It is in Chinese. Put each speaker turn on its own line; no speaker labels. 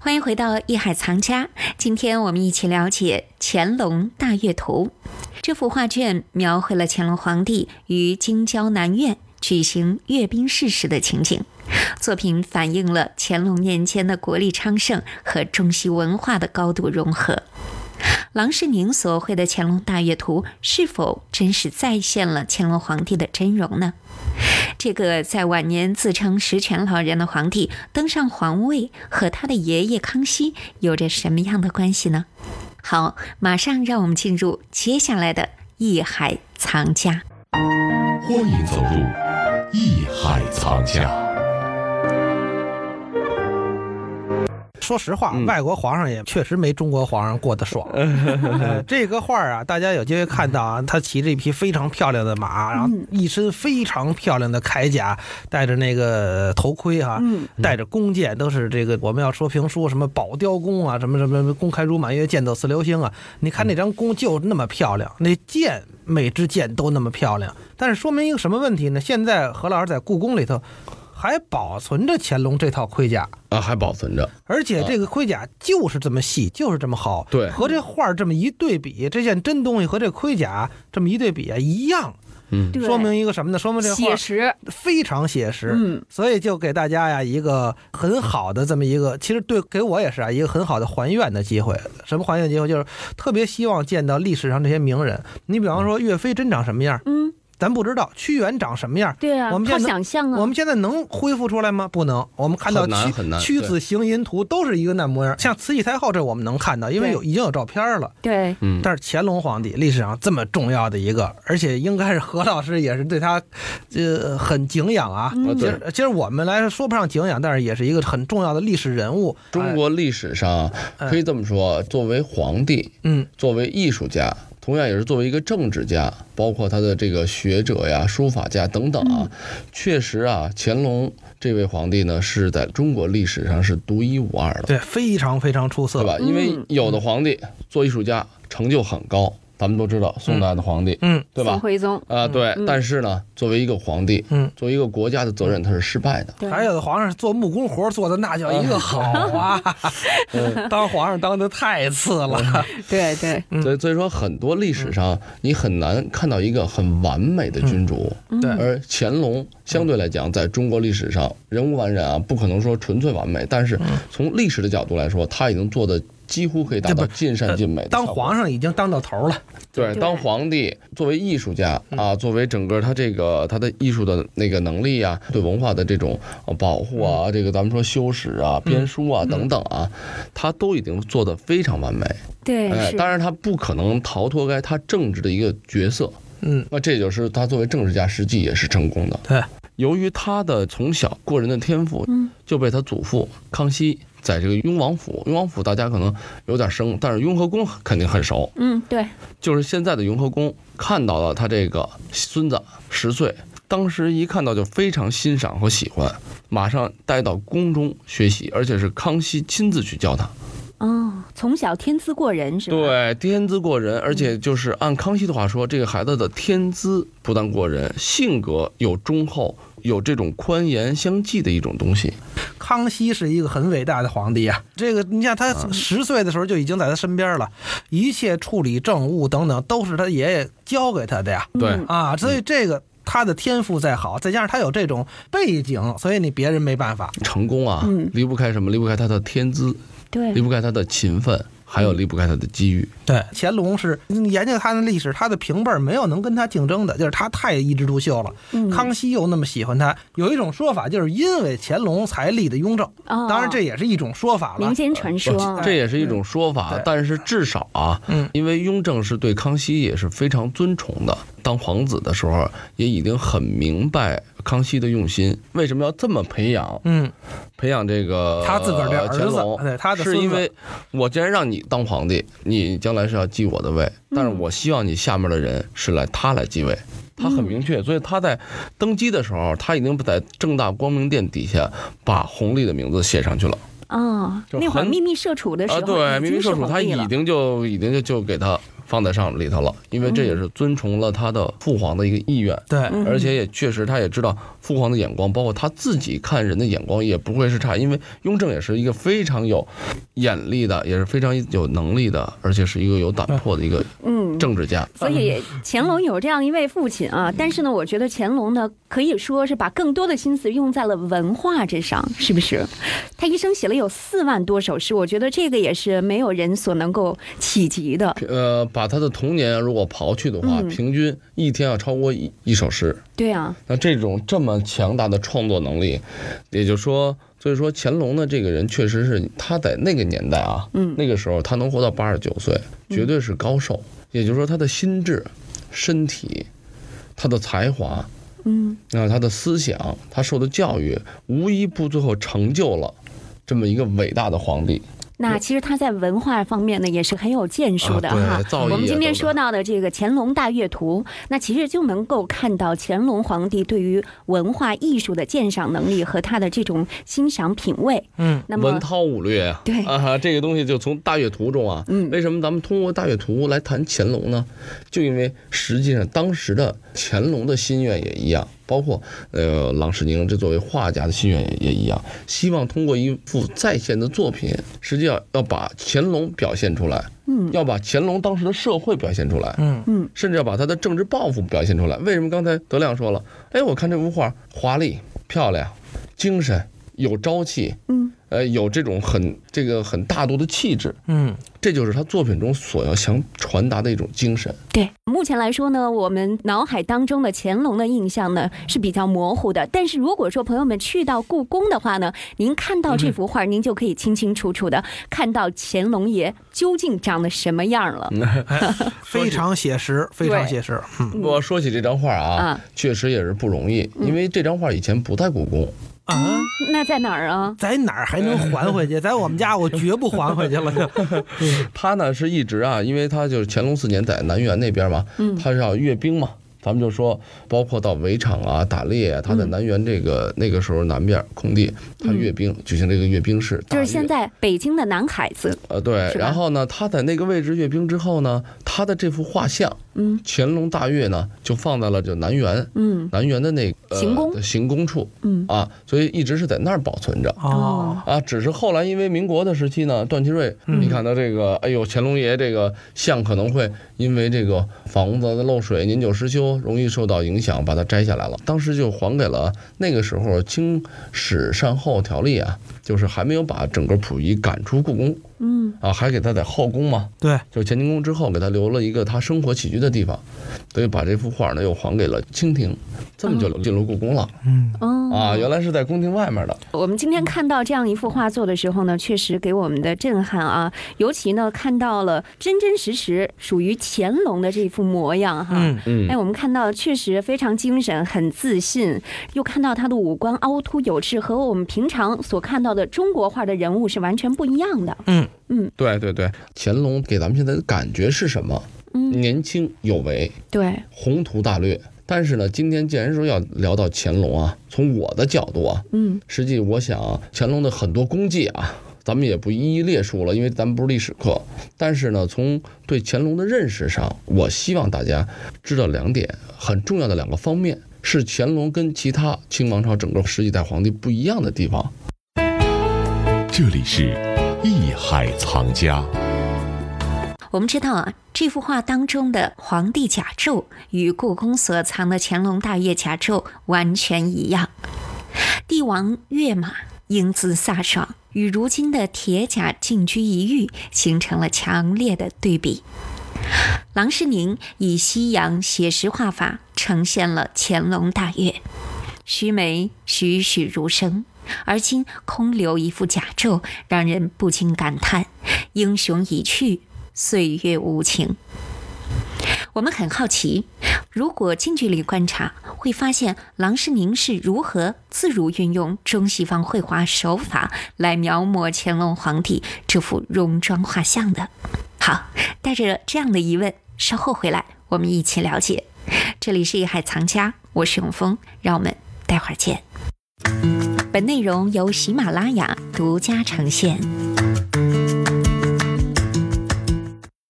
欢迎回到《艺海藏家》，今天我们一起了解《乾隆大阅图》这幅画卷，描绘了乾隆皇帝于京郊南苑举行阅兵式时的情景。作品反映了乾隆年间的国力昌盛和中西文化的高度融合。郎世宁所绘的《乾隆大阅图》是否真实再现了乾隆皇帝的真容呢？这个在晚年自称十全老人的皇帝登上皇位，和他的爷爷康熙有着什么样的关系呢？好，马上让我们进入接下来的《艺海藏家》。
欢迎走入艺海藏家。
说实话，
嗯
外国皇上也确实没中国皇上过得爽。呃这个画儿啊，大家有机会看到啊，他骑着一匹非常漂亮的马，然后一身非常漂亮的铠甲，戴着那个头盔啊，带着弓箭，都是这个我们要说评书什么宝雕弓啊，什么什么弓开如满月，剑走似流星啊。你看那张弓就那么漂亮，那剑每支箭都那么漂亮，但是说明一个什么问题呢？现在何老师在故宫里头还保存着乾隆这套盔甲。
啊，还保存着。
而且这个盔甲就是这么细，就是这么好。
对
和这画儿这么一对比，这件真东西和这盔甲这么一对比啊，一样，
嗯，
对
说明一个什么呢？说明这画
写
儿
实，
非常写实。
嗯，
所以就给大家呀一个很好的这么一个，其实对给我也是啊一个很好的还愿的机会。什么还愿机会？就是特别希望见到历史上这些名人。你比方说岳飞真长什么样，
嗯，
咱不知道；屈原长什么样，
对啊，
我们
靠
现在能
想象啊，
我们现在能恢复出来吗？不能。我们看到
很难
屈
很难
屈
对
子行吟图都是一个那模样，像慈禧太后这我们能看到，因为有已经有照片了。
对，
嗯，
但是乾隆皇帝历史上这么重要的一个，而且应该是何老师也是对他，呃，很敬仰啊。
嗯
啊
其
对
实，其实我们来说说不上敬仰，但是也是一个很重要的历史人物。
中国历史上
哎
可以这么说，作为皇帝，
嗯，
作为艺术家，同样也是作为一个政治家，包括他的这个学者呀、书法家等等啊，
嗯
确实啊，乾隆这位皇帝呢是在中国历史上是独一无二的，
对，嗯非常非常出色
对吧？？因为有的皇帝做艺术家成就很高，咱们都知道宋代的皇帝，
嗯
对
宋
吧？
徽宗，
啊，对，但是呢，作为一个皇帝，
嗯，
作为一个国家的责任，他是失败的。
对，
还有的皇上做木工活做的那叫一
嗯
个好啊， 当皇上当的太次了。
对对，
嗯
所以所以说，很多历史上你很难看到一个很完美的君主，
对，
而乾隆相对来讲，在中国历史上人无完人啊，不可能说纯粹完美，但
嗯
是从历史的角度来说，他已经做的几乎可以达到尽善尽美的效
呃当
果。
皇上已经当到头了。
对，
对
当皇帝作为艺术家
嗯
啊，作为整个他这个他的艺术的那个能力啊，对文化的这种呃保护
嗯
啊，这个咱们说修史啊、编书啊等等啊，他都已经做得非常完美。
对
哎，
是
当然他不可能逃脱开他政治的一个角色。
嗯，
那这就是他作为政治家，实际也是成功的。
对，
由于他的从小过人的天赋，
嗯
就被他祖父康熙在这个雍王府，雍王府大家可能有点生，但是雍和宫肯定很熟，
嗯，对，
就是现在的雍和宫，看到了他这个孙子十岁，当时一看到就非常欣赏和喜欢，马上带到宫中学习，而且是康熙亲自去教他。
哦，从小天资过人是吧？，
对，天资过人，而且就是按康熙的话说，这个孩子的天资不但过人，性格有忠厚，有这种宽严相济的一种东西。
康熙是一个很伟大的皇帝啊，这个你像他十岁的时候就已经在他身边了，一切处理政务等等都是他爷爷教给他的呀，
对
啊，所以这个他的天赋再好，再加上他有这种背景，所以你别人没办法。
成功啊，离不开什么？离不开他的天资，离
对，
不开他的勤奋，还有离不开他的机遇。
对，乾隆是你研究他的历史，他的平辈儿没有能跟他竞争的，就是他太一枝独秀了。康熙又那么喜欢他，有一种说法就是因为乾隆才立的雍正，
哦
当然这也是一种说法了
民。间传说，啊
这也是一种说法
对，
但是至少啊，
嗯
因为雍正是对康熙也是非常尊崇的，当皇子的时候也已经很明白康熙的用心，为什么要这么培养
嗯，
培养这个
他自个儿的儿子
乾隆
对他的孙
是
子
因为我既然让你当皇帝，你将来是要继我的位，
嗯
但是我希望你下面的人是来他来继位。他很明
嗯
确，所以他在登基的时候，他已经在正大光明殿底下把弘历的名字写上去了
哦，
就
那会儿
很
秘密社处的时
啊。
候，
对，明明社
主
主他已经就已经就就给他放在上里头了，因为
嗯
这也是遵从了他的父皇的一个意愿。
对，
嗯
而且也确实，他也知道父皇的眼光，包括他自己看人的眼光也不会是差，因为雍正也是一个非常有眼力的，也是非常有能力的，而且是一个有胆魄的一个
嗯，
政治家。
所以乾隆有这样一位父亲啊，但是呢，我觉得乾隆呢，可以说是把更多的心思用在了文化之上，是不是？他一生写了有四万多首诗，我觉得这个也是没有人所能够企及的。
呃，把他的童年如果刨去的话，
嗯
平均一天要超过一一首诗。
对啊，
那这种这么强大的创作能力，也就是说，所以说乾隆的这个人确实是他在那个年代啊，
嗯
那个时候他能活到八十九岁，绝对是高寿。也就是说，他的心智、身体、他的才华，
嗯，
那他的思想，他受的教育，无一不最后成就了这么一个伟大的皇帝。
那其实他在文化方面呢也是很有建树的
啊对
哈。
造诣也
我们今天
都是
说到的这个《乾隆大阅图》，那其实就能够看到乾隆皇帝对于文化艺术的鉴赏能力和他的这种欣赏品味。
嗯，
那么
文韬武略啊，
对
啊，这个东西就从大阅图中啊，
嗯
为什么咱们通过大阅图来谈乾隆呢？就因为实际上当时的乾隆的心愿也一样，包括呃郎世宁这作为画家的心愿也也一样，希望通过一幅再现的作品，实际上要把乾隆表现出来，
嗯
要把乾隆当时的社会表现出来，
嗯
嗯，
甚至要把他的政治抱负表现出来。为什么刚才德亮说了？哎，我看这幅画华丽、漂亮、精神、有朝气，
嗯，
呃，有这种很这个很大度的气质，
嗯，
这就是他作品中所要想传达的一种精神。
对，目前来说呢，我们脑海当中的乾隆的印象呢是比较模糊的。但是如果说朋友们去到故宫的话呢，您看到这幅画，您就可以清清楚楚的看到乾隆爷究竟长得什么样了。
非常写实，非常写实，嗯
我说起这张画啊
啊，
确实也是不容易，
嗯
因为这张画以前不在故宫，
啊，
那在哪儿啊？
在哪儿还能还回去？在我们家我绝不还回去了。
他呢是一直啊，因为他就是乾隆四年在南园那边嘛，
嗯
他是要阅兵嘛。咱们就说，包括到围场啊、打猎啊，
嗯
他在南园这个、那个时候南边空地，他阅兵、举行这个阅兵式，
就
大
是
阅
现在北京的南海子。
呃对。
是吧
然后呢，他在那个位置阅兵之后呢，他的这幅画像
嗯
《乾隆大阅》呢，就放在了就南园
嗯
南园的那个、呃
行宫
的行宫处
嗯
啊，所以一直是在那儿保存着。
哦，
啊，只是后来因为民国的时期呢，段祺瑞，
嗯
你看他这个，哎呦，乾隆爷这个像可能会因为这个房子的漏水、年久失修，容易受到影响，把它摘下来了。当时就还给了那个时候《清史善后条例》啊，就是还没有把整个溥仪赶出故宫
嗯，
啊，还给他在后宫嘛，
对，
就乾清宫之后，给他留了一个他生活起居的地方，所以把这幅画呢又还给了清廷，这么就进入故宫了
嗯，
哦
啊。原来是在宫廷外面的，
我们今天看到这样一幅画作的时候呢，确实给我们的震撼啊！尤其呢，看到了真真实实属于乾隆的这副模样哈。
嗯
嗯
哎，我们看到确实非常精神，很自信，又看到他的五官凹凸有致，和我们平常所看到的中国画的人物是完全不一样的。
对对对，乾隆给咱们现在的感觉是什么？
嗯，
年轻有为，
对，
宏图大略。但是呢，今天既然说要聊到乾隆啊，从我的角度啊，
嗯
实际我想啊乾隆的很多功绩啊，咱们也不一一列述了，因为咱们不是历史课。但是呢，从对乾隆的认识上，我希望大家知道两点很重要的两个方面，是乾隆跟其他清王朝整个十几代皇帝不一样的地方。
这里是艺海藏家。
我们知道啊，这幅画当中的皇帝甲胄与故宫所藏的乾隆大阅甲胄完全一样，帝王跃马，英姿飒爽，与如今的铁甲近居一隅，形成了强烈的对比。郎世宁以西洋写实画法呈现了乾隆大阅，须眉栩栩如生，而今空留一副甲胄，让人不禁感叹：英雄已去，岁月无情。我们很好奇，如果近距离观察，会发现郎世宁是如何自如运用中西方绘画手法来描摹乾隆皇帝这幅戎装画像的。好，带着这样的疑问，稍后回来我们一起了解。这里是《艺海藏家》，我是永峰，让我们待会儿见。本内容由喜马拉雅独家呈现。